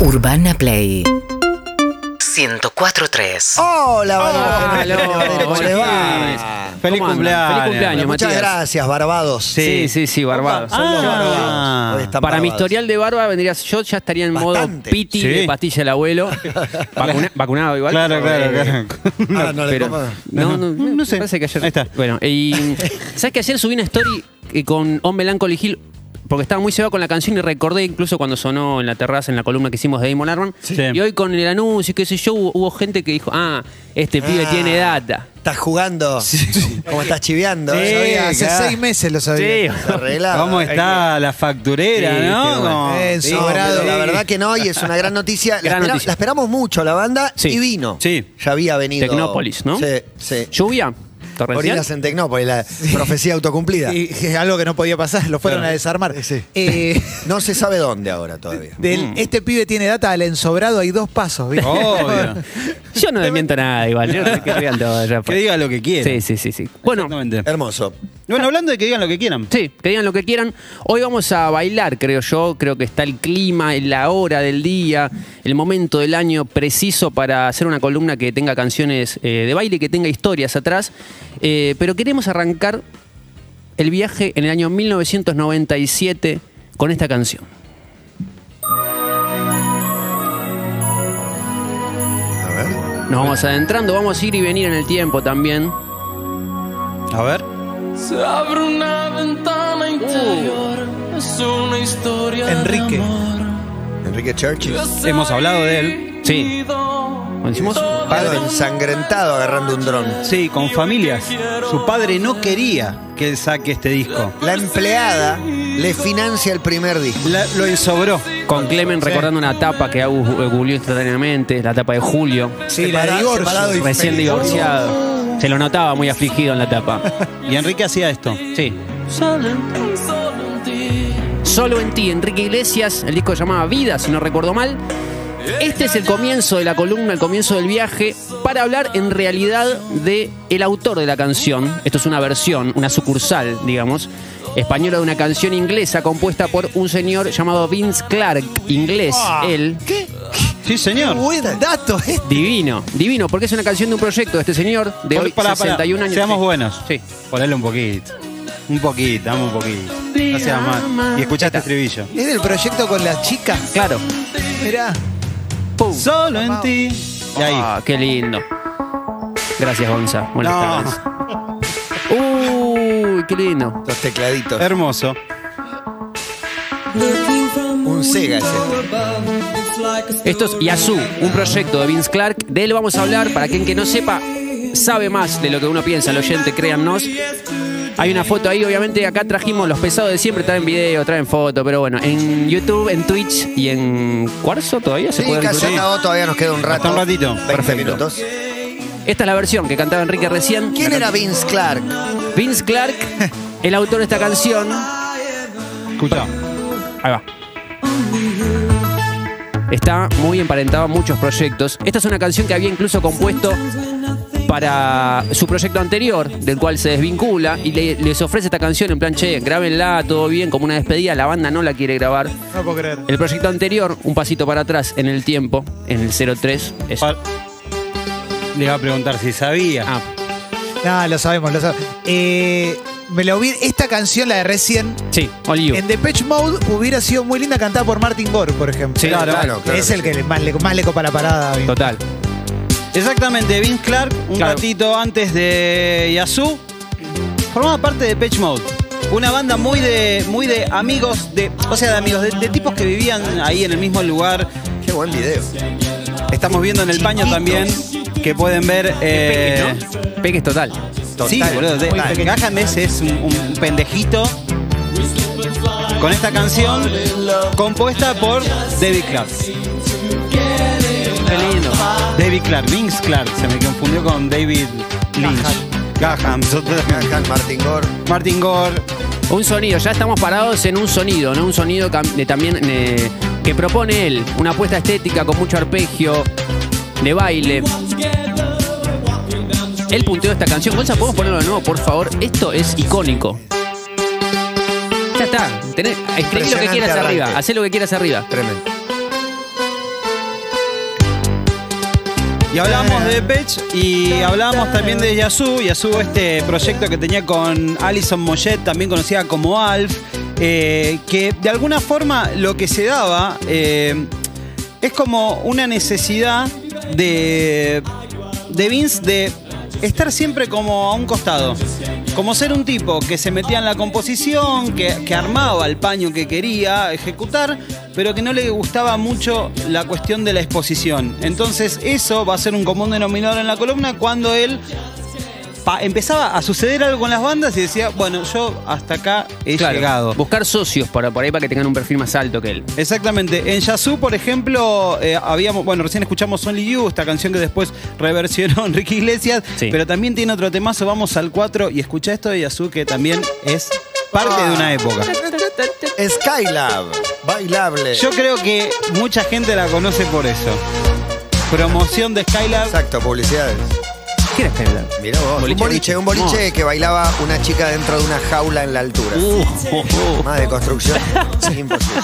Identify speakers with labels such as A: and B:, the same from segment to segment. A: Urbana Play 104.3
B: Hola, Bárbara
C: Hola,
B: Fernández, ¿cómo
C: buenas
B: le
C: tardes.
B: va?
D: Feliz
C: ¿Cómo andan?
D: cumpleaños.
C: Feliz cumpleaños,
B: Muchas
C: Matías.
B: gracias, Barbados.
C: Sí, sí, sí, Barbados.
B: Son los
D: Ah.
B: Barbados. Hoy están
C: Para mi
B: Barbados.
C: historial de barba vendrías, yo ya estaría en modo
B: Bastante.
C: piti
D: Sí.
C: de pastilla del abuelo. Vacuna- vacunado igual.
D: Claro, claro,
C: Eh,
D: claro.
B: Ah, no, le
C: pero-
B: copa.
C: no, no,
D: No
C: me
D: sé.
C: parece que ayer-
D: Ahí está.
C: Bueno, y sabes que ayer subí una story eh, con On Melancholy Hill porque estaba muy cebado con la canción y recordé incluso cuando sonó en la terraza en la columna que hicimos de Damon Arman.
D: Sí.
C: Y hoy con el anuncio y qué sé yo, hubo, hubo gente que dijo, ah, este pibe
B: Ah,
C: tiene data.
B: Estás jugando, como estás chiveando.
D: Sí,
B: ¿eh?
E: Hace
D: claro.
E: seis meses lo sabía.
B: Se arregla.
D: ¿Cómo está la facturera,
C: Sí,
D: no? este
C: qué bueno.
D: Como-
E: Eh,
B: No,
E: sobrado.
B: pero la verdad que no, y es una gran noticia. la,
C: Gran
B: espera-
C: noticia.
B: la esperamos mucho, la banda,
C: Sí.
B: y vino.
D: Sí.
B: Ya había venido.
C: Tecnópolis, ¿no?
B: Sí, sí.
C: Lluvia, torrencial.
B: Orinas en Tecnópolis, la profecía autocumplida.
E: Y- y algo que no podía pasar, lo fueron a desarmar.
B: Sí.
E: Eh,
B: No se sabe dónde ahora todavía.
C: Mm.
E: del, Este pibe tiene data al ensobrado, hay dos pasos. ¿viste?
D: Obvio.
C: Yo no desmiento nada igual, yo creo que digan todo ya,
D: que
C: pues.
D: diga lo que quiera.
C: Sí, sí, sí, sí. Bueno,
D: Exactamente.
B: Hermoso.
D: Bueno, hablando de que digan lo que quieran.
C: sí, que digan lo que quieran. Hoy vamos a bailar, creo yo. Creo que está el clima, la hora del día, el momento del año preciso para hacer una columna que tenga canciones eh, de baile, que tenga historias atrás. Eh, pero queremos arrancar el viaje en el año 1997 con esta canción.
B: A ver.
C: Nos vamos adentrando, vamos a ir y venir en el tiempo también.
D: A ver.
F: Se abre una ventana interior, es una historia
E: Enrique.
F: de amor.
B: Enrique Churchill.
D: Hemos hablado de él.
C: Sí. Cuando hicimos-
B: Padre ensangrentado agarrando un dron.
D: Sí, con familias. Su padre no quería que él saque este disco.
B: La empleada le financia el primer disco.
D: La- lo ensobró.
C: Con Clemen recordando una tapa que Agus eh, googleó instantáneamente, la tapa de Julio,
E: Sí, la
B: Separado-
E: divorcio.
B: separado y-
C: recién divorciado. Se lo notaba muy afligido en la tapa.
D: Y Enrique hacía esto.
C: Sí.
F: Solo en- solo en ti.
C: Solo en ti, Enrique Iglesias, el disco se llamaba Vida, si no recuerdo mal. Este es el comienzo de la columna, el comienzo del viaje, para hablar en realidad de el autor de la canción. Esto es una versión, una sucursal, digamos, española de una canción inglesa compuesta por un señor llamado Vince Clark, inglés, él.
D: Sí, señor.
E: Buen dato, ¿eh?
C: Divino, divino, porque es una canción de un proyecto de este señor de
D: Por-
C: hoy,
D: pará, pará.
C: 61 años.
D: Seamos
C: Sí.
D: buenos.
C: Sí.
D: Ponele un poquito. Un poquito, dame un poquito. No seas mal. Y escuchaste estribillo.
E: Es del proyecto con las chicas.
C: Claro.
E: Mirá.
C: Pum.
D: Solo en ti. Y ahí.
C: Ah, qué lindo. Gracias, Gonza. Buenas
D: No.
C: tardes. Uy, qué lindo.
B: Los tecladitos.
D: Hermoso.
B: Un Sega es este.
C: Esto es Yazoo, un proyecto de Vince Clark. De él vamos a hablar, para quien que no sepa, sabe más de lo que uno piensa, el oyente, créannos. Hay una foto ahí, obviamente acá trajimos los pesados de siempre, traen video, traen foto, pero bueno, en YouTube, en Twitch y en Cuarzo todavía se
B: Sí,
C: puede
B: casi acabó, todavía nos queda un rato.
D: Hasta un ratito.
B: 20 minutos.
C: Esta es la versión que cantaba Enrique recién.
B: ¿Quién era Vince Clark?
C: Vince Clark, el autor de esta canción.
D: Escucha.
C: Ahí va. Está muy emparentado a muchos proyectos. Esta es una canción que había incluso compuesto para su proyecto anterior, del cual se desvincula, y le- les ofrece esta canción en plan, che, grábenla, todo bien, como una despedida, la banda no la quiere grabar.
E: No puedo creer.
C: El proyecto anterior, un pasito para atrás en el tiempo, en el 03, es...
D: Pa- Le iba a preguntar si sabía.
C: Ah,
E: No, lo sabemos, lo sabemos. Eh, me la hubiera, esta canción, la de recién,
C: sí, All You.
E: en Depeche Mode hubiera sido muy linda cantada por Martin Gore, por ejemplo.
C: Sí, claro.
B: Claro, claro.
E: es el que le- más, le, más le copa la parada. Vince.
C: Total.
D: Exactamente, Vince Clark, un
C: Claro.
D: ratito antes de Yazoo, formaba parte de Pitch Mode. Una banda muy de, muy de amigos, de, o sea, de amigos, de, de tipos que vivían ahí en el mismo lugar.
B: Qué buen video.
D: Estamos viendo en el baño también, que pueden ver. eh,
C: Peques total.
B: Total.
D: sí, boludo. de-
B: Total.
D: Gahan Messi es un, un pendejito. Con esta canción compuesta por David Clark.
C: Qué lindo.
D: David Clark, Vince Clark, se me confundió con David Lynch. Gaham.
B: Gahan, Martin Gore.
D: Martin Gore.
C: Un sonido, ya estamos parados en un sonido, ¿no? Un sonido cam- de también eh, que propone él, una apuesta estética con mucho arpegio, de baile. El punteo de esta canción, Gonza, ¿podemos ponerlo de nuevo, por favor? Esto es icónico. Ya está, tenés, escribí lo que
B: Impresionante
C: quieras
B: arranque.
C: arriba, hacé lo que quieras arriba.
B: Tremendo.
D: Y hablamos de Pech y hablamos también de Yasu. Yasu, este proyecto que tenía con Alison Moyet, también conocida como Alf, eh, que de alguna forma lo que se daba eh, es como una necesidad de, de Vince de estar siempre como a un costado. Como ser un tipo que se metía en la composición, que, que armaba el paño que quería ejecutar, pero que no le gustaba mucho la cuestión de la exposición. Entonces eso va a ser un común denominador en la columna cuando él pa- empezaba a suceder algo con las bandas y decía, bueno, yo hasta acá he
C: Claro,
D: llegado.
C: Buscar socios para, por ahí para que tengan un perfil más alto que él.
D: Exactamente. En Yazoo, por ejemplo, eh, habíamos, bueno, recién escuchamos Only You, esta canción que después reversionó Enrique Iglesias,
C: Sí.
D: pero también tiene otro temazo, vamos al 4 y escucha esto de Yazoo que también es parte de una época.
B: Skylab, bailable.
D: Yo creo que mucha gente la conoce por eso. Promoción de Skylab.
B: Exacto, publicidades.
C: ¿Qué era Skylab?
B: Mirá vos, un
C: Boliche,
B: boliche, un boliche que bailaba una chica dentro de una jaula en la altura.
C: Uh, oh, oh.
B: Más de construcción, imposible.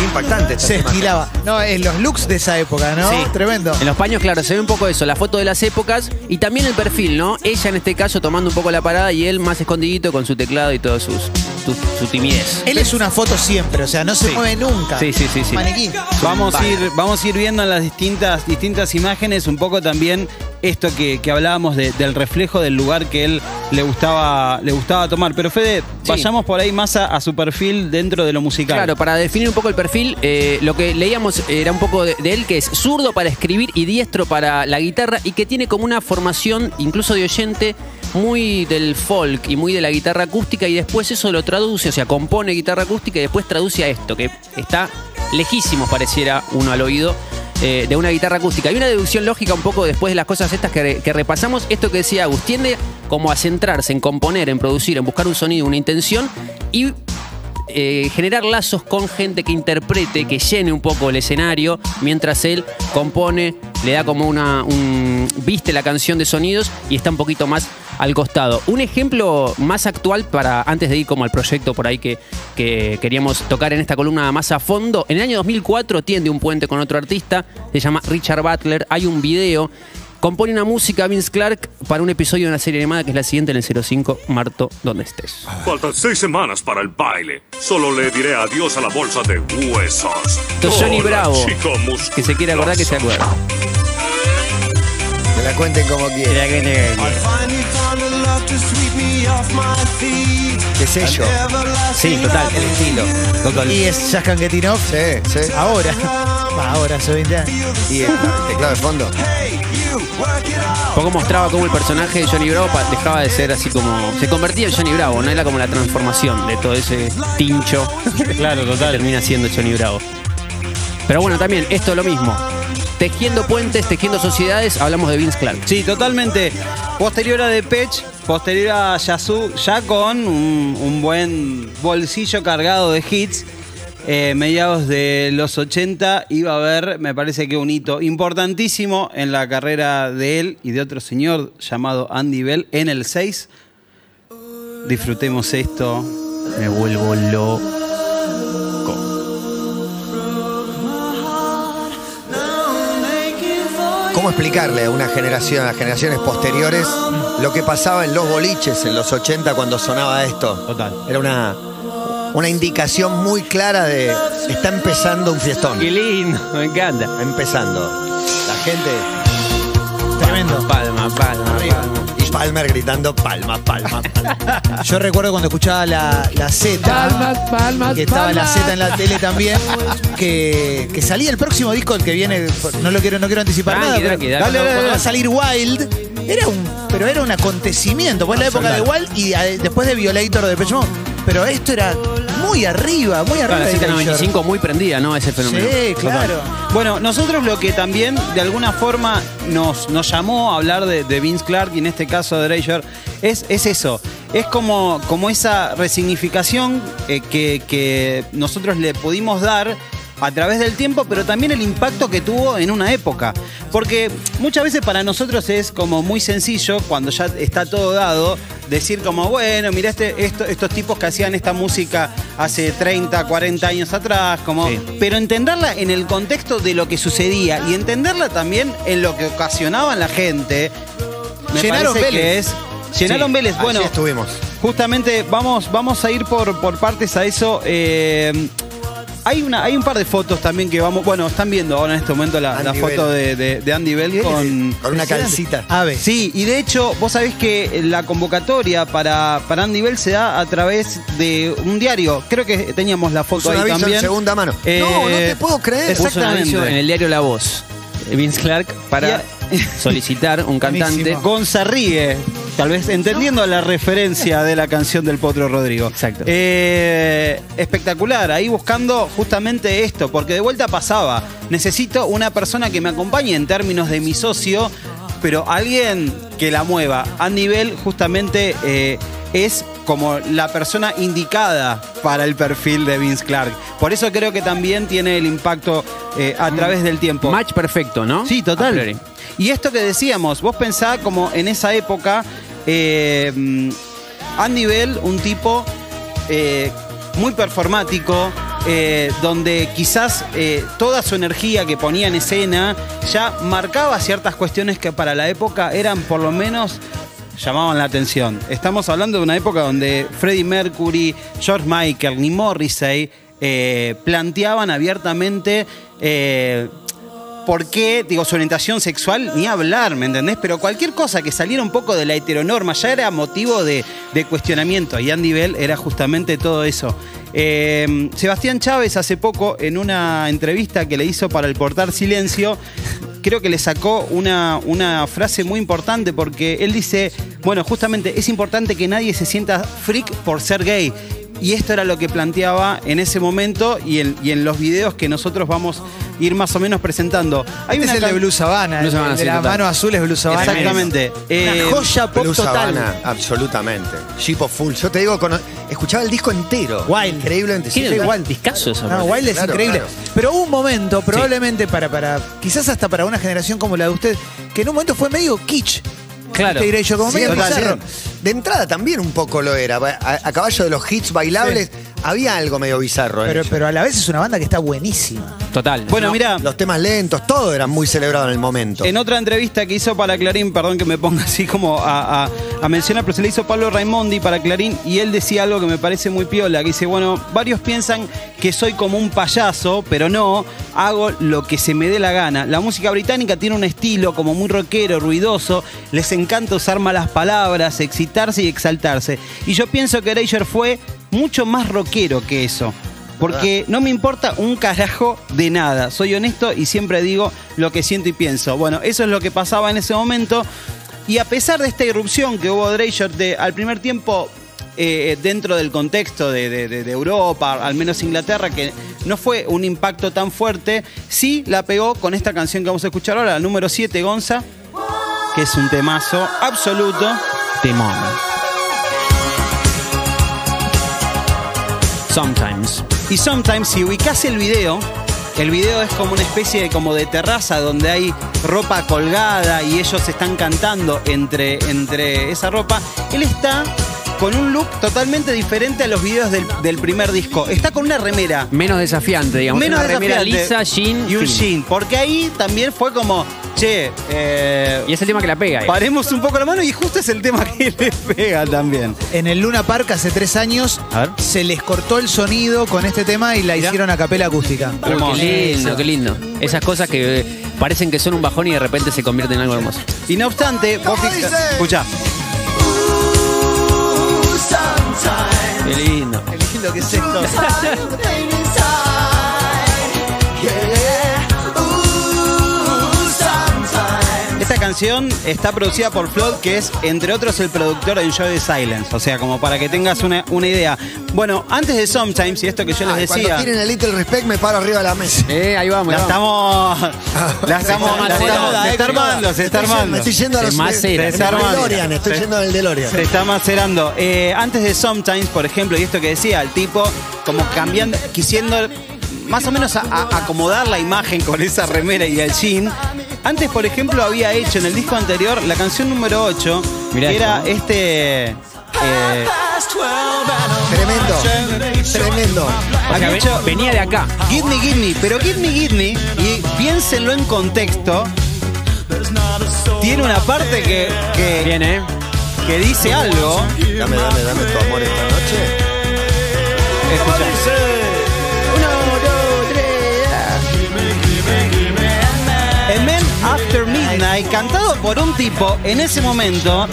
B: Impactante este esta
E: Se
B: imagen.
E: estilaba. No, en los looks de esa época, ¿no?
C: Sí.
E: Tremendo.
C: En los paños, claro, se ve un poco eso, la foto de las épocas y también el perfil, ¿no? Ella en este caso tomando un poco la parada y él más escondidito con su teclado y toda sus, su, su timidez.
E: Él es una foto siempre, o sea, no se
C: Sí.
E: mueve nunca.
C: Sí, sí, sí, sí.
E: Maniquí.
D: Vamos a, ir, vamos a ir viendo en las distintas, distintas imágenes un poco también esto que, que hablábamos de- del reflejo del lugar que él le gustaba, le gustaba tomar. Pero Fede, vayamos por ahí más a, a su perfil dentro de lo musical.
C: Claro, para definir un poco el perfil, eh, lo que leíamos era un poco de, de él, que es zurdo para escribir y diestro para la guitarra, y que tiene como una formación, incluso de oyente, muy del folk y muy de la guitarra acústica, y después eso lo traduce, o sea, compone guitarra acústica y después traduce a esto, que está lejísimo, pareciera uno al oído. eh, de una guitarra acústica. Hay una deducción lógica un poco después de las cosas estas que, re- que repasamos. Esto que decía Agus, tiende como a centrarse en componer, en producir, en buscar un sonido, una intención y eh, generar lazos con gente que interprete, que llene un poco el escenario, mientras él compone, le da como una. un- viste la canción de sonidos y está un poquito más al costado. Un ejemplo más actual para antes de ir como al proyecto por ahí que, que queríamos tocar en esta columna más a fondo. En el año 2004 tiende un puente con otro artista, se llama Richard Butler. Hay un video Compone una música Vince Clark para un episodio de una serie animada que es la siguiente en el 05, Marto, donde estés.
A: Faltan seis semanas para el baile. Solo le diré adiós a la bolsa de huesos.
C: Esto es Johnny
A: Hola,
C: Bravo,
A: chico
C: que se quiere acordar que se
A: musculoso.
C: acuerda.
B: Me la cuenten como quieran. ¿Qué sé yo?
C: Sí, total, el estilo. Total.
E: Y es Jaskan Getinov.
B: Sí, sí.
E: Ahora. Va, ahora, hace 20 años.
B: Ah, Y el teclado de fondo.
C: Poco mostraba cómo el personaje de Johnny Bravo pa- dejaba de ser así como. Se convertía en Johnny Bravo, ¿no? Era como la transformación de todo ese tincho. Claro, total. Termina siendo Johnny Bravo. Pero bueno, también, esto es lo mismo. Tejiendo puentes, tejiendo sociedades, hablamos de Vince Clark.
D: Sí, totalmente. Posterior a Depeche, posterior a Yazoo, ya con un, un buen bolsillo cargado de hits. Eh, mediados de los 80 iba a haber, me parece que un hito importantísimo en la carrera de él y de otro señor llamado Andy Bell en el 6. Disfrutemos esto. Me vuelvo loco.
B: ¿Cómo explicarle a una generación, a las generaciones posteriores, lo que pasaba en los boliches en los 80 cuando sonaba esto?
D: Total.
B: Era una, una indicación muy clara de está empezando un fiestón.
C: Qué lindo, me encanta.
B: Empezando. La gente
E: Tremendo.
C: Palma, palma.
B: arriba. Y Palmer gritando palma, palma, palma.
E: Yo recuerdo cuando escuchaba la, la Z. que estaba la Z en la tele también. Que, que salía el próximo disco el que viene. No lo quiero, no quiero anticipar
C: Tranqui,
E: nada. pero
C: tranqui, dale,
E: cuando-
C: dale,
E: cuando
C: dale.
E: va a salir Wild. Era un, pero era un acontecimiento. Fue en la época de Wild y eh, después de Violator de Pechmont. Pero esto era muy arriba, muy arriba.
C: Claro, la
E: de
C: cita
E: Violator.
C: 95 muy prendida, ¿no? Ese fenómeno.
E: Sí, claro.
D: Bueno, nosotros lo que también de alguna forma nos, nos llamó a hablar de, de Vince Clark y en este caso de Dreyer es, es eso. Es como, como esa resignificación eh, que, que nosotros le pudimos dar a través del tiempo, pero también el impacto que tuvo en una época. Porque muchas veces para nosotros es como muy sencillo, cuando ya está todo dado, decir como, bueno, mirá este- esto- estos tipos que hacían esta música hace 30, 40 años atrás, como...
C: Sí.
D: Pero entenderla en el contexto de lo que sucedía y entenderla también en lo que ocasionaba en la gente. Me
E: Llenaron
D: parece que
E: Vélez.
D: es- Llenaron
E: Sí,
D: Vélez. Bueno,
B: Así estuvimos.
D: Justamente vamos, vamos a ir por, por partes a eso. Eh, hay, una, hay un par de fotos también que vamos. Bueno, están viendo ahora en este momento la, la
B: Andy
D: foto
B: Bell.
D: de, de- de Andy Bell con.
B: Con una calcita.
E: Ave.
D: Sí, y de hecho, vos sabés que la convocatoria para, para Andy Bell se da a través de un diario. Creo que teníamos la foto
B: Puso un
D: ahí
B: aviso
D: también.
B: en segunda mano.
D: Eh,
B: no, no te puedo creer.
D: es-
C: Puso un
D: Exactamente.
C: anuncio en el diario La Voz, eh, Vince Clark, para solicitar un cantante.
E: Buenísimo.
D: Gonzarríe, tal vez entendiendo la referencia de la canción del Potro Rodrigo.
C: Exacto.
D: Eh, espectacular, ahí buscando justamente esto, porque de vuelta pasaba. Necesito una persona que me acompañe en términos de mi socio, pero alguien que la mueva. Andy Bell justamente eh, es como la persona indicada para el perfil de Vince Clark. Por eso creo que también tiene el impacto eh, a través del tiempo.
C: Match perfecto, ¿no?
D: Sí,
C: A priori.
D: total. Y esto que decíamos, vos pensá como en esa época, eh, mm, Andy Bell, un tipo eh, muy performático, eh, donde quizás eh, toda su energía que ponía en escena ya marcaba ciertas cuestiones que para la época eran por lo menos llamaban la atención. Estamos hablando de una época donde Freddie Mercury, George Michael, ni Morrissey eh, planteaban abiertamente eh, ¿Por qué? Digo, su orientación sexual, ni hablar, ¿me entendés? Pero cualquier cosa que saliera un poco de la heteronorma ya era motivo de, de cuestionamiento. Y Andy Bell era justamente todo eso. Eh, Sebastián Chávez hace poco, en una entrevista que le hizo para el portal Silencio, creo que le sacó una, una frase muy importante porque él dice, bueno, justamente es importante que nadie se sienta freak por ser gay. Y esto era lo que planteaba en ese momento y en, y en los videos que nosotros vamos a ir más o menos presentando. Hay
E: Este es el
D: can-
E: de Blue Sabana.
C: Blue
E: el
C: Savannah,
E: de
C: sí,
E: la
C: total.
E: mano azul es Blue Sabana.
D: Exactamente. Eh,
E: Una joya pop
B: Blue
E: total.
B: Savannah, absolutamente. Jeep of Full. Yo te digo, cono- escuchaba el disco entero.
E: Wild.
B: Increíble.
C: Tiene
B: Sí,
C: un discazo eso.
E: No, Wild es
B: Claro,
E: increíble.
B: claro.
E: Pero hubo un momento, probablemente para, para, quizás hasta para una generación como la de usted, que en un momento fue medio kitsch.
C: Claro.
E: Te diré yo, como
B: Sí,
E: medio
B: total,
E: bizarro.
B: sí. De entrada también un poco lo era. A, a caballo de los hits bailables había algo medio bizarro. ¿eh? en
E: Pero,
B: ello.
E: pero a la vez es una banda que está buenísima.
C: Total.
D: bueno,
C: No,
D: mira,
B: los temas lentos, todo era muy celebrado en el momento.
D: en otra entrevista que hizo para Clarín, perdón que me ponga así como a, a- a mencionar, pero se le hizo Pablo Raimondi para Clarín y él decía algo que me parece muy piola, que dice, bueno, varios piensan que soy como un payaso, pero no, hago lo que se me dé la gana. La música británica tiene un estilo como muy rockero, ruidoso, les encanta usar malas palabras, excitarse y exaltarse. Y yo pienso que Erasure fue mucho más rockero que eso. Porque no me importa un carajo de nada. Soy honesto y siempre digo lo que siento y pienso. Bueno, eso es lo que pasaba en ese momento. Y a pesar de esta irrupción que hubo Dreyer de, al primer tiempo eh, dentro del contexto de, de- de- de Europa, al menos Inglaterra, que no fue un impacto tan fuerte, sí la pegó con esta canción que vamos a escuchar ahora, la número 7, Gonza, que es un temazo absoluto.
C: Timón. Sometimes.
D: Y sometimes, si ubicás el video, el video es como una especie de, como de terraza donde hay ropa colgada y ellos están cantando entre, entre esa ropa. Él está con un look totalmente diferente a los videos del, del primer disco. Está con una remera.
C: Menos desafiante, digamos.
D: Menos
C: Una remera
D: desafiante.
C: lisa, jean.
D: Y un
C: fin.
D: jean. Porque ahí también fue como, che, eh,
C: Y es el tema que la pega. eh.
D: paremos un poco la mano y justo es el tema que le pega también.
E: En el Luna Park hace tres años
D: A ver.
E: se les cortó el sonido con este tema y la hicieron a capela acústica.
C: Uy,
D: Hermoso.
C: qué lindo, qué lindo. Esas cosas que eh, parecen que son un bajón y de repente se convierten en algo hermoso.
D: Y no obstante, vos
B: ¿Cómo
D: fija-
B: dice?
D: escuchá.
C: Qué lindo.
E: Qué lindo que es esto.
D: Esta canción está producida por Flood, que es, entre otros, el productor de Enjoy the Silence. O sea, como para que tengas una, una idea. Bueno, antes de Sometimes, y esto que yo
B: Ay,
D: les
B: cuando
D: decía.
B: tienen el Little Respect me paro arriba de la mesa.
C: Eh, ahí vamos.
D: La estamos.
B: Ah,
D: La estamos. la
C: Marcelo,
D: estamos- se está
E: Marcelo.
D: armando, se está
B: Estoy- Me
D: armando.
B: estoy yendo a
C: Se
B: los
C: macera.
B: en el
D: Se arma.
B: DeLorean, estoy
D: Se-
B: yendo al DeLorean.
D: Se está macerando. Eh, antes de Sometimes, por ejemplo, y esto que decía, el tipo como cambiando, quisiendo más o menos a, a acomodar la imagen con esa remera y el jean. Antes, por ejemplo, había hecho en el disco anterior la canción número 8,
C: Mirá
D: que era
C: esto, ¿no?
D: este... eh,
B: Tremendo. Tremendo.
C: O sea,
D: había
C: ve-
D: hecho
C: venía de acá.
D: Give me, give me, pero give me, give me, y piénsenlo en contexto, tiene una parte que, que,
C: Bien, ¿eh?
D: que dice algo.
B: Dame, dame, dame tu amor esta noche.
D: Escucha. And Men After Midnight, cantado por un tipo en ese momento,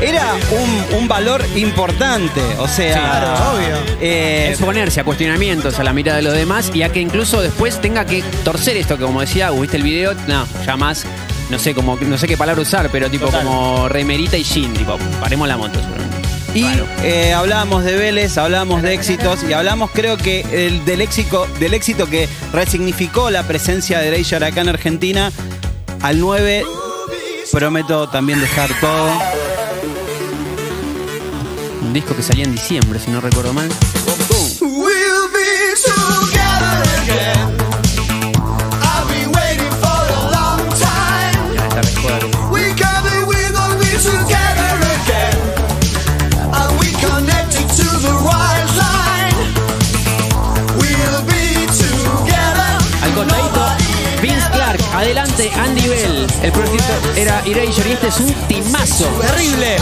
D: era un, un valor importante. O sea,
E: Claro, obvio.
D: eh,
C: Exponerse a cuestionamientos, a la mirada de los demás y a que incluso después tenga que torcer esto, que como decía, ¿viste el video? No, ya más, no sé, como, no sé qué palabra usar, pero tipo como remerita y jean, tipo, paremos la moto seguramente.
D: Y
C: Raro.
D: eh, hablábamos de Vélez, hablábamos de éxitos y hablamos creo que el- del, éxito, del éxito que resignificó la presencia de Leisure acá en Argentina. Al 9 prometo también dejar todo.
C: Un disco que salía en diciembre, si no recuerdo mal. Ya está mejor. Al costadito, Vince Clark, adelante Andy Bell. El proyecto era Erasure y este es un timazo.
D: ¡Terrible!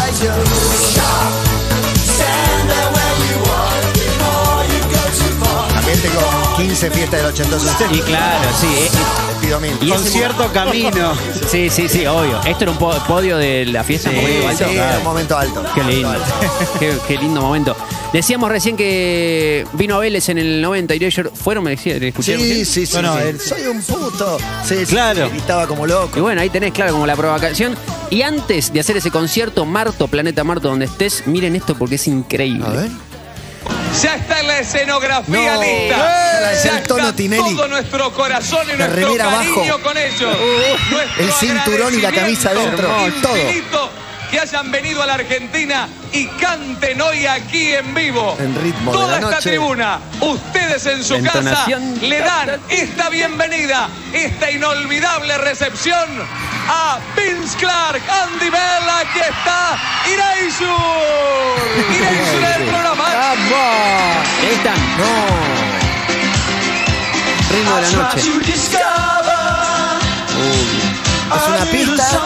B: También tengo 15 fiestas del 82.
C: Y claro, sí. eh,
B: Les pido mil.
C: Y es
D: Concierto Camino.
C: eh, sí, sí, sí, obvio. Esto era un po- podio de la fiesta. un podio
B: Sí,
C: alto.
B: era un momento alto.
C: Qué lindo. qué, qué lindo momento. Decíamos recién que vino a Vélez en el 90 y Erasure fueron, me decía, escucharon.
B: Sí, sí, sí.
E: Bueno,
B: sí.
E: el-
B: Soy un puto. Sí, sí,
D: Claro.
B: sí, Gritaba como loco.
C: Y bueno, ahí tenés, claro, como la provocación. Y antes de hacer ese concierto, Marto, Planeta Marto, donde estés, miren esto porque es increíble.
B: A ver.
G: Ya está la escenografía
B: No.
G: lista.
B: Eh, es el
G: ya
B: tono
G: está
B: Tinelli.
G: todo nuestro corazón y
B: La
G: nuestro
B: remera
G: cariño
B: abajo. Uh,
G: con ellos. Nuestro
B: El cinturón y la camisa
G: agradecimiento
B: adentro, todo.
G: infinito Que hayan venido a la Argentina y canten hoy aquí en vivo.
B: En ritmo de
G: Toda
B: la
G: esta
B: noche.
G: tribuna, ustedes en su
C: La
G: casa
C: entonación.
G: le dan esta bienvenida, esta inolvidable recepción a Vince Clark, Andy Bell, aquí está Iraizur. Iraizur en el programa.
C: Y ahí están. No. Ritmo de la noche.
B: Es una pista.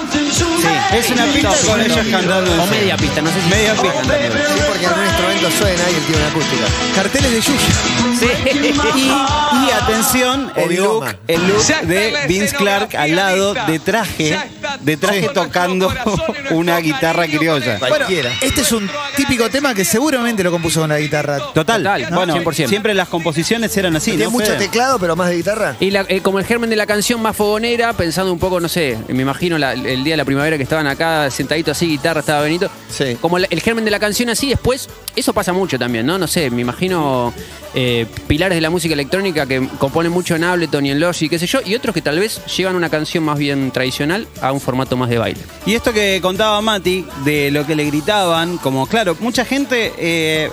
D: Es una pista con ellos cantando.
C: O media pista, no sé si.
D: Media pista.
B: Sí, porque algún instrumento suena y él tiene una acústica.
E: Carteles de Yuya.
D: Y,
C: Sí.
D: y atención, el look,
B: Obioma.
D: el look
G: Ya está
D: de
G: la
D: Vince Clark al lado
G: escenografía
D: de
G: lista.
D: traje,
G: Ya está
D: de traje
G: todo
D: tocando
G: nuestro corazón y nuestro
D: una guitarra
G: cariño
D: criolla.
G: con
E: Bueno,
B: Cualquiera.
E: este es un típico tema que seguramente lo compuso con la guitarra.
D: Total,
C: Total, ¿no?
D: bueno,
C: 100%.
D: siempre las composiciones eran así,
B: Tiene
D: ¿no?
B: mucho
D: Fede?
B: teclado, pero más de guitarra.
C: Y la- eh, como el germen de la canción más fogonera, pensando un poco, no sé, me imagino la- el día de la primavera que estaban acá sentaditos así, guitarra, estaba Benito.
B: Sí.
C: Como la- el germen de la canción así, después, eso pasa mucho también, ¿no? No sé, me imagino eh, pilares de la música electrónica que componen mucho en Ableton y en Logic, qué sé yo, y otros que tal vez llevan una canción más bien tradicional a un formato más de baile.
D: Y esto que contaba Mati, de lo que le gritaban, como claro, mucha gente, eh,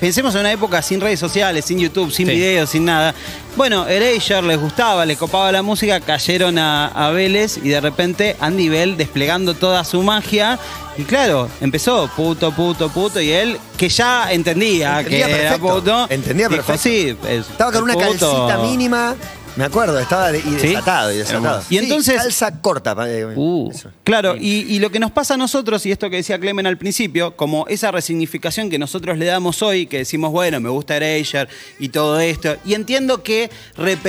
D: pensemos en una época sin redes sociales, sin YouTube, sin
C: Sí.
D: videos, sin nada. Bueno, Erasure les gustaba, les copaba la música, cayeron a, a Vélez y de repente Andy Bell desplegando toda su magia. Y claro, empezó puto, puto, puto, y él, que ya entendía,
B: Entendía
D: que era
B: perfecto,
D: puto,
B: entendía
D: dijo,
B: perfecto.
D: "Sí, es
B: Estaba con una
D: puto".
B: calcita mínima. Me acuerdo, estaba de- y desatado, y desatado.
D: Y entonces-
B: Calza corta. pa- eh,
C: Uh.
B: eso.
D: Claro, y, y lo que nos pasa a nosotros, y esto que decía Clemen al principio, como esa resignificación que nosotros le damos hoy, que decimos, bueno, me gusta Erasure y todo esto, y entiendo que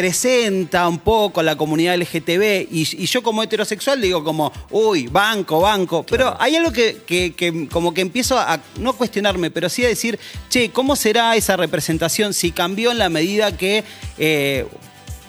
D: representa un poco a la comunidad LGTB, y, y yo como heterosexual digo como, uy, banco, banco, pero hay algo que, que- que como que empiezo a no cuestionarme, pero sí a decir, che, ¿cómo será esa representación si cambió en la medida que... eh,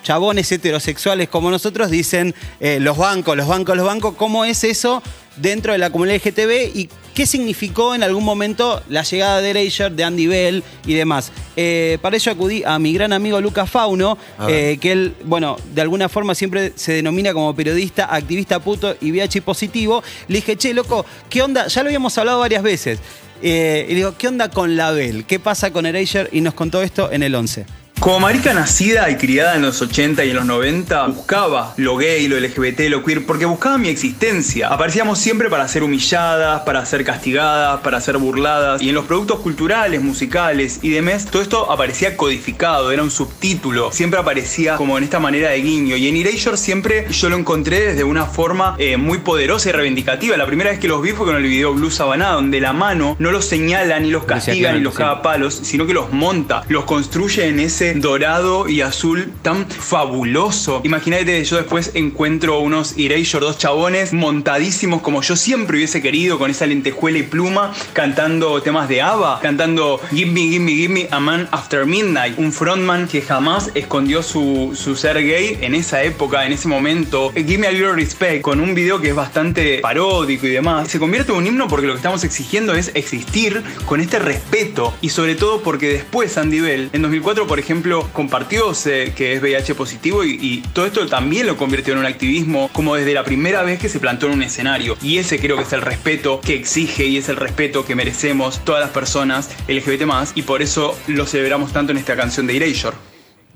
D: chabones heterosexuales como nosotros dicen eh, los bancos, los bancos, los bancos, ¿cómo es eso dentro de la comunidad LGTB y qué significó en algún momento la llegada de Erasure, de Andy Bell y demás? Eh, para ello acudí a mi gran amigo Lucas Fauno, eh, que él, bueno, de alguna forma siempre se denomina como periodista, activista puto y VH positivo. Le dije, che, loco, ¿qué onda? Ya lo habíamos hablado varias veces. Eh, y le digo, ¿qué onda con la Bell? ¿Qué pasa con Erasure? Y nos contó esto en el 11.
H: Como marica nacida y criada en los 80 y en los 90, buscaba lo gay, lo LGBT, lo queer, porque buscaba mi existencia. Aparecíamos siempre para ser humilladas, para ser castigadas, para ser burladas. Y en los productos culturales, musicales y demás, todo esto aparecía codificado, era un subtítulo. Siempre aparecía como en esta manera de guiño. Y en Erasure siempre yo lo encontré desde una forma eh, muy poderosa y reivindicativa. La primera vez que los vi fue con el video Blue Sabana, donde la mano no los señala, ni los castiga, ni los
C: sí.
H: caga a palos, sino que los monta, los construye en ese dorado y azul tan fabuloso. Imagínate, yo después encuentro unos Erasure, dos chabones montadísimos como yo siempre hubiese querido, con esa lentejuela y pluma, cantando temas de ABBA, cantando Give Me, Give Me, Give Me a Man After Midnight. Un frontman que jamás escondió su, su ser gay en esa época, en ese momento. Give Me a Little Respect, con un video que es bastante paródico y demás. Se convierte en un himno porque lo que estamos exigiendo es existir con este respeto y sobre todo porque después Andy Bell en 2004 por ejemplo compartió eh, que es VIH positivo y, y todo esto también lo convirtió en un activismo como desde la primera vez que se plantó en un escenario y ese creo que es el respeto que exige y es el respeto que merecemos todas las personas LGBT más y por eso lo celebramos tanto en esta canción de Erasure.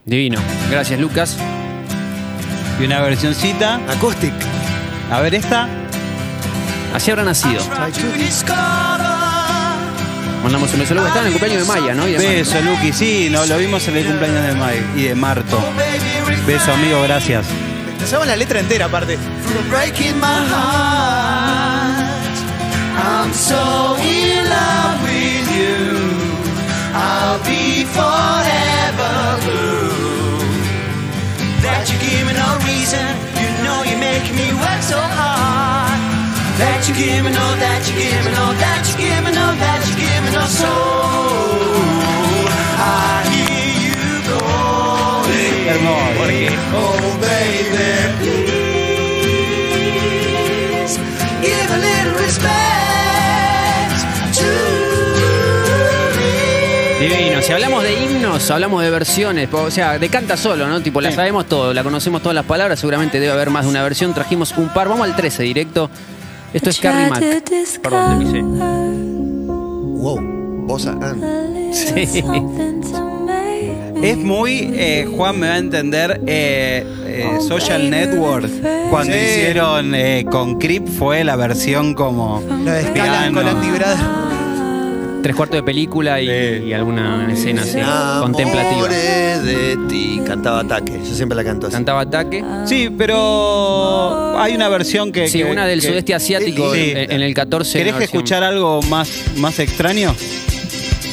C: Divino. Gracias, Lucas.
D: Y una versioncita.
B: Acoustic.
D: A ver esta.
C: Así habrá nacido. Mandamos un beso. Luego está en el cumpleaños de Maya, ¿no? Y de Manu.
D: Beso, Luqui. Sí, no, lo vimos en el cumpleaños de Mike y de Marto. Beso, amigo, gracias.
E: Pensaba en la letra entera, aparte.
D: Hermoso.
E: Oh,
C: Divino. Si hablamos de himnos, hablamos de versiones, po- o sea, de canta solo, ¿no? Tipo, la sabemos todo, la conocemos todas las palabras, seguramente debe haber más de una versión. Trajimos un par, vamos al 13 directo. Esto es Carrie Mack. Perdón, te pisé.
B: Wow. Vos, ah,
C: Sí.
D: Es muy, eh, Juan me va a entender, eh, eh, Social Network. Cuando
E: Sí.
D: hicieron eh, con Creep fue la versión como...
E: Lo descalan
D: piano.
E: con la antigrada.
C: Tres cuartos de película y,
D: Sí.
C: y alguna escena así, contemplativa.
B: Enamoré de ti. Cantaba ataque. Yo siempre la canto así.
C: Cantaba ataque.
D: Sí, pero hay una versión que...
C: Sí,
D: que-
C: una del
D: que-
C: sudeste asiático
D: Sí.
C: en, en el 14.
D: ¿Querés
C: una
D: que
C: versión.
D: escuchar algo más, más extraño?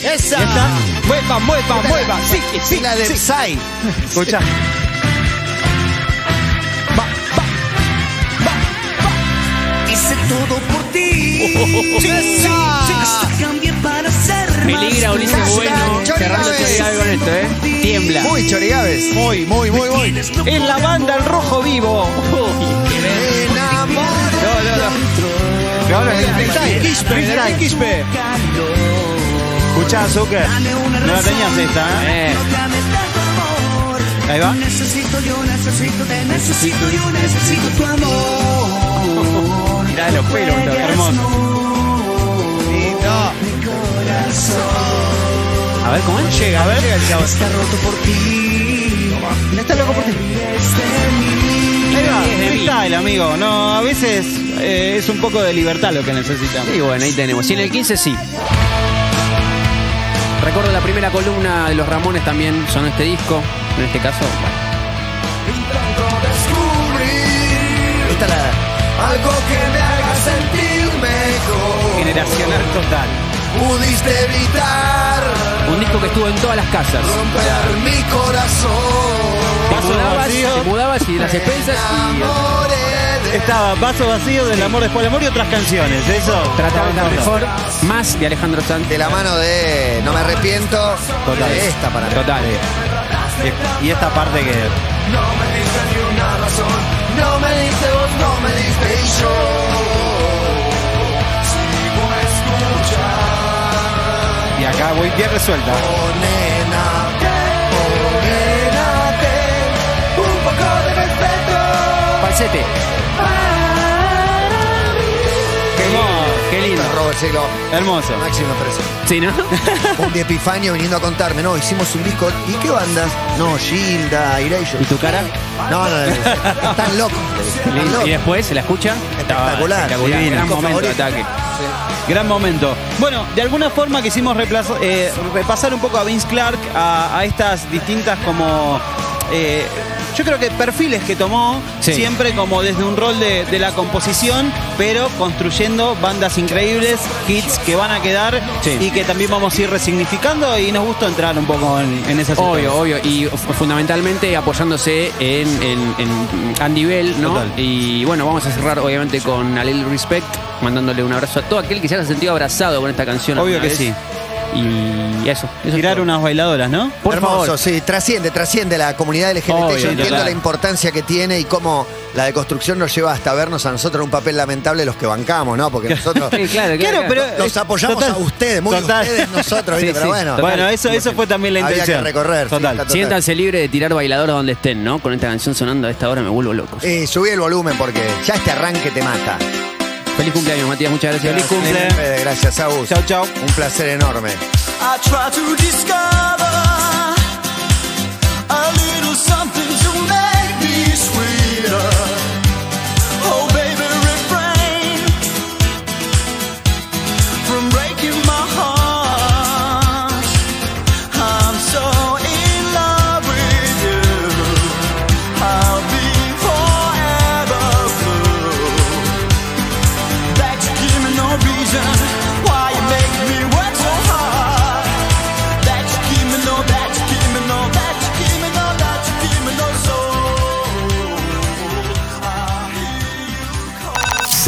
E: ¡Esa!
D: Mueva, mueva, mueva. Sí, sí,
E: la de
D: sí.
E: Psy.
D: Escucha.
I: Hice todo por ti. Cambié para ser
C: Peligra, Ulises Bueno.
B: Chori
C: Cerrando
B: Gávez.
C: Chori Gávez con esto, ¿eh? Tiembla.
B: Muy chorigaves.
E: Muy, muy, muy, muy.
D: Es la banda El Rojo Vivo.
B: Enamoré.
D: No, no, no. No, no, no.
E: Freestyle, Quispe,
D: Freestyle.
E: de Quispe.
D: Escuchá, Zucker. No la tenías esta, ¿eh?
C: Eh,
D: Ahí va.
I: Necesito, yo necesito, te necesito, yo necesito tu amor.
D: Mirá los pelos, hermoso.
E: Lindo.
C: a ver, ¿cómo es?
E: Llega, a ver.
I: Está roto por ti.
E: Está loco por ti.
D: Ahí va. Freestyle, amigo. No, a veces eh, es un poco de libertad lo que necesitamos.
C: Y bueno, ahí tenemos. Y en el 15 sí. Recuerdo la primera columna de los Ramones también sonó este disco. En este caso, bueno,
B: Esta la. Algo que me haga sentir mejor.
D: Generacional total.
B: Pudiste evitar
C: un disco que estuvo en todas las casas.
B: romper mi corazón.
C: Te
D: Vaso
C: mudabas,
D: vacío.
C: te mudabas y las expensas y eh,
B: Enamoré de
D: Estaba Vaso Vacío, Del Amor Después del Amor y otras canciones. Eso.
C: trataban la mejor más de Alejandro Sanz.
B: De la mano de No me arrepiento.
D: Total.
B: De esta para mí.
C: Total.
D: Y- Y esta parte que...
B: No me diste vos, no me diste yo.
D: Y acá voy bien resuelta.
B: Oh, nena, oh, nena, ten un poco de respeto.
C: Falsete.
D: Qué lindo.
C: Qué lindo.
B: Está del siglo
D: Hermoso.
B: máximo expresión.
C: Sí, ¿no?
B: Un de Epifanio viniendo a contarme, no, hicimos un disco. ¿Y qué bandas? No, Gilda, Erasure.
C: ¿Y tu cara?
B: No, no, no. no. Tan loco. Tan loco.
C: Y después se la escucha. Estaba
B: Espectacular.
C: espectacular.
B: Divino.
C: Gran
B: Disco
C: momento de
B: favorito.
C: ataque.
D: Gran momento. Bueno, de alguna forma quisimos reemplaza- eh, repasar un poco a Vince Clark, a, a estas distintas como... eh, yo creo que perfiles que tomó,
C: Sí.
D: siempre como desde un rol de, de la composición, pero construyendo bandas increíbles, hits que van a quedar
C: Sí.
D: y que también vamos a ir resignificando y nos gustó entrar un poco en, en esas
C: Obvio,
D: historias.
C: obvio. Y fu- fundamentalmente apoyándose en, en, en Andy Bell, ¿no?
D: Total.
C: Y bueno, vamos a cerrar obviamente con A Little Respect, mandándole un abrazo a todo aquel que se haya sentido abrazado con esta canción.
D: Obvio
C: alguna
D: que
C: vez.
D: sí.
C: Y eso. eso es
D: Tirar
C: todo.
D: unas bailadoras, ¿no?
C: Por
B: Hermoso,
C: favor.
B: sí, trasciende, trasciende la comunidad LGBT.
C: Obvio,
B: Yo entiendo
C: claro.
B: la importancia que tiene y cómo la deconstrucción nos lleva hasta vernos a nosotros en un papel lamentable los que bancamos, ¿no? Porque nosotros
C: Sí, claro,
D: Claro,
C: claro.
D: pero-
B: los apoyamos
D: Total.
B: a ustedes, muy
D: Total.
B: ustedes nosotros, ¿viste?
C: Sí,
B: pero
C: sí.
B: bueno.
C: Total.
D: Bueno, eso, eso fue también la
B: Había que
D: intención.
B: recorrer, sí,
D: Total.
B: está total.
C: Siéntanse libre de tirar bailadores donde estén, ¿no? Con esta canción sonando a esta hora me vuelvo loco.
B: Eh, subí el volumen porque ya este arranque te mata.
C: Feliz cumpleaños, Matías. Muchas gracias.
D: Feliz cum- Cumple.
B: Nene Fede, Gracias, Agus.
D: Chau, chau.
B: Un placer enorme.
I: I try to discover a little something to make me sweeter. Oh, baby, refrain from breaking my heart. I'm so in love with you. I'll be forever blue. That you give me no reason why you make me work so hard. That you give me no, that you give me no, that you give me no, that you give me no soul.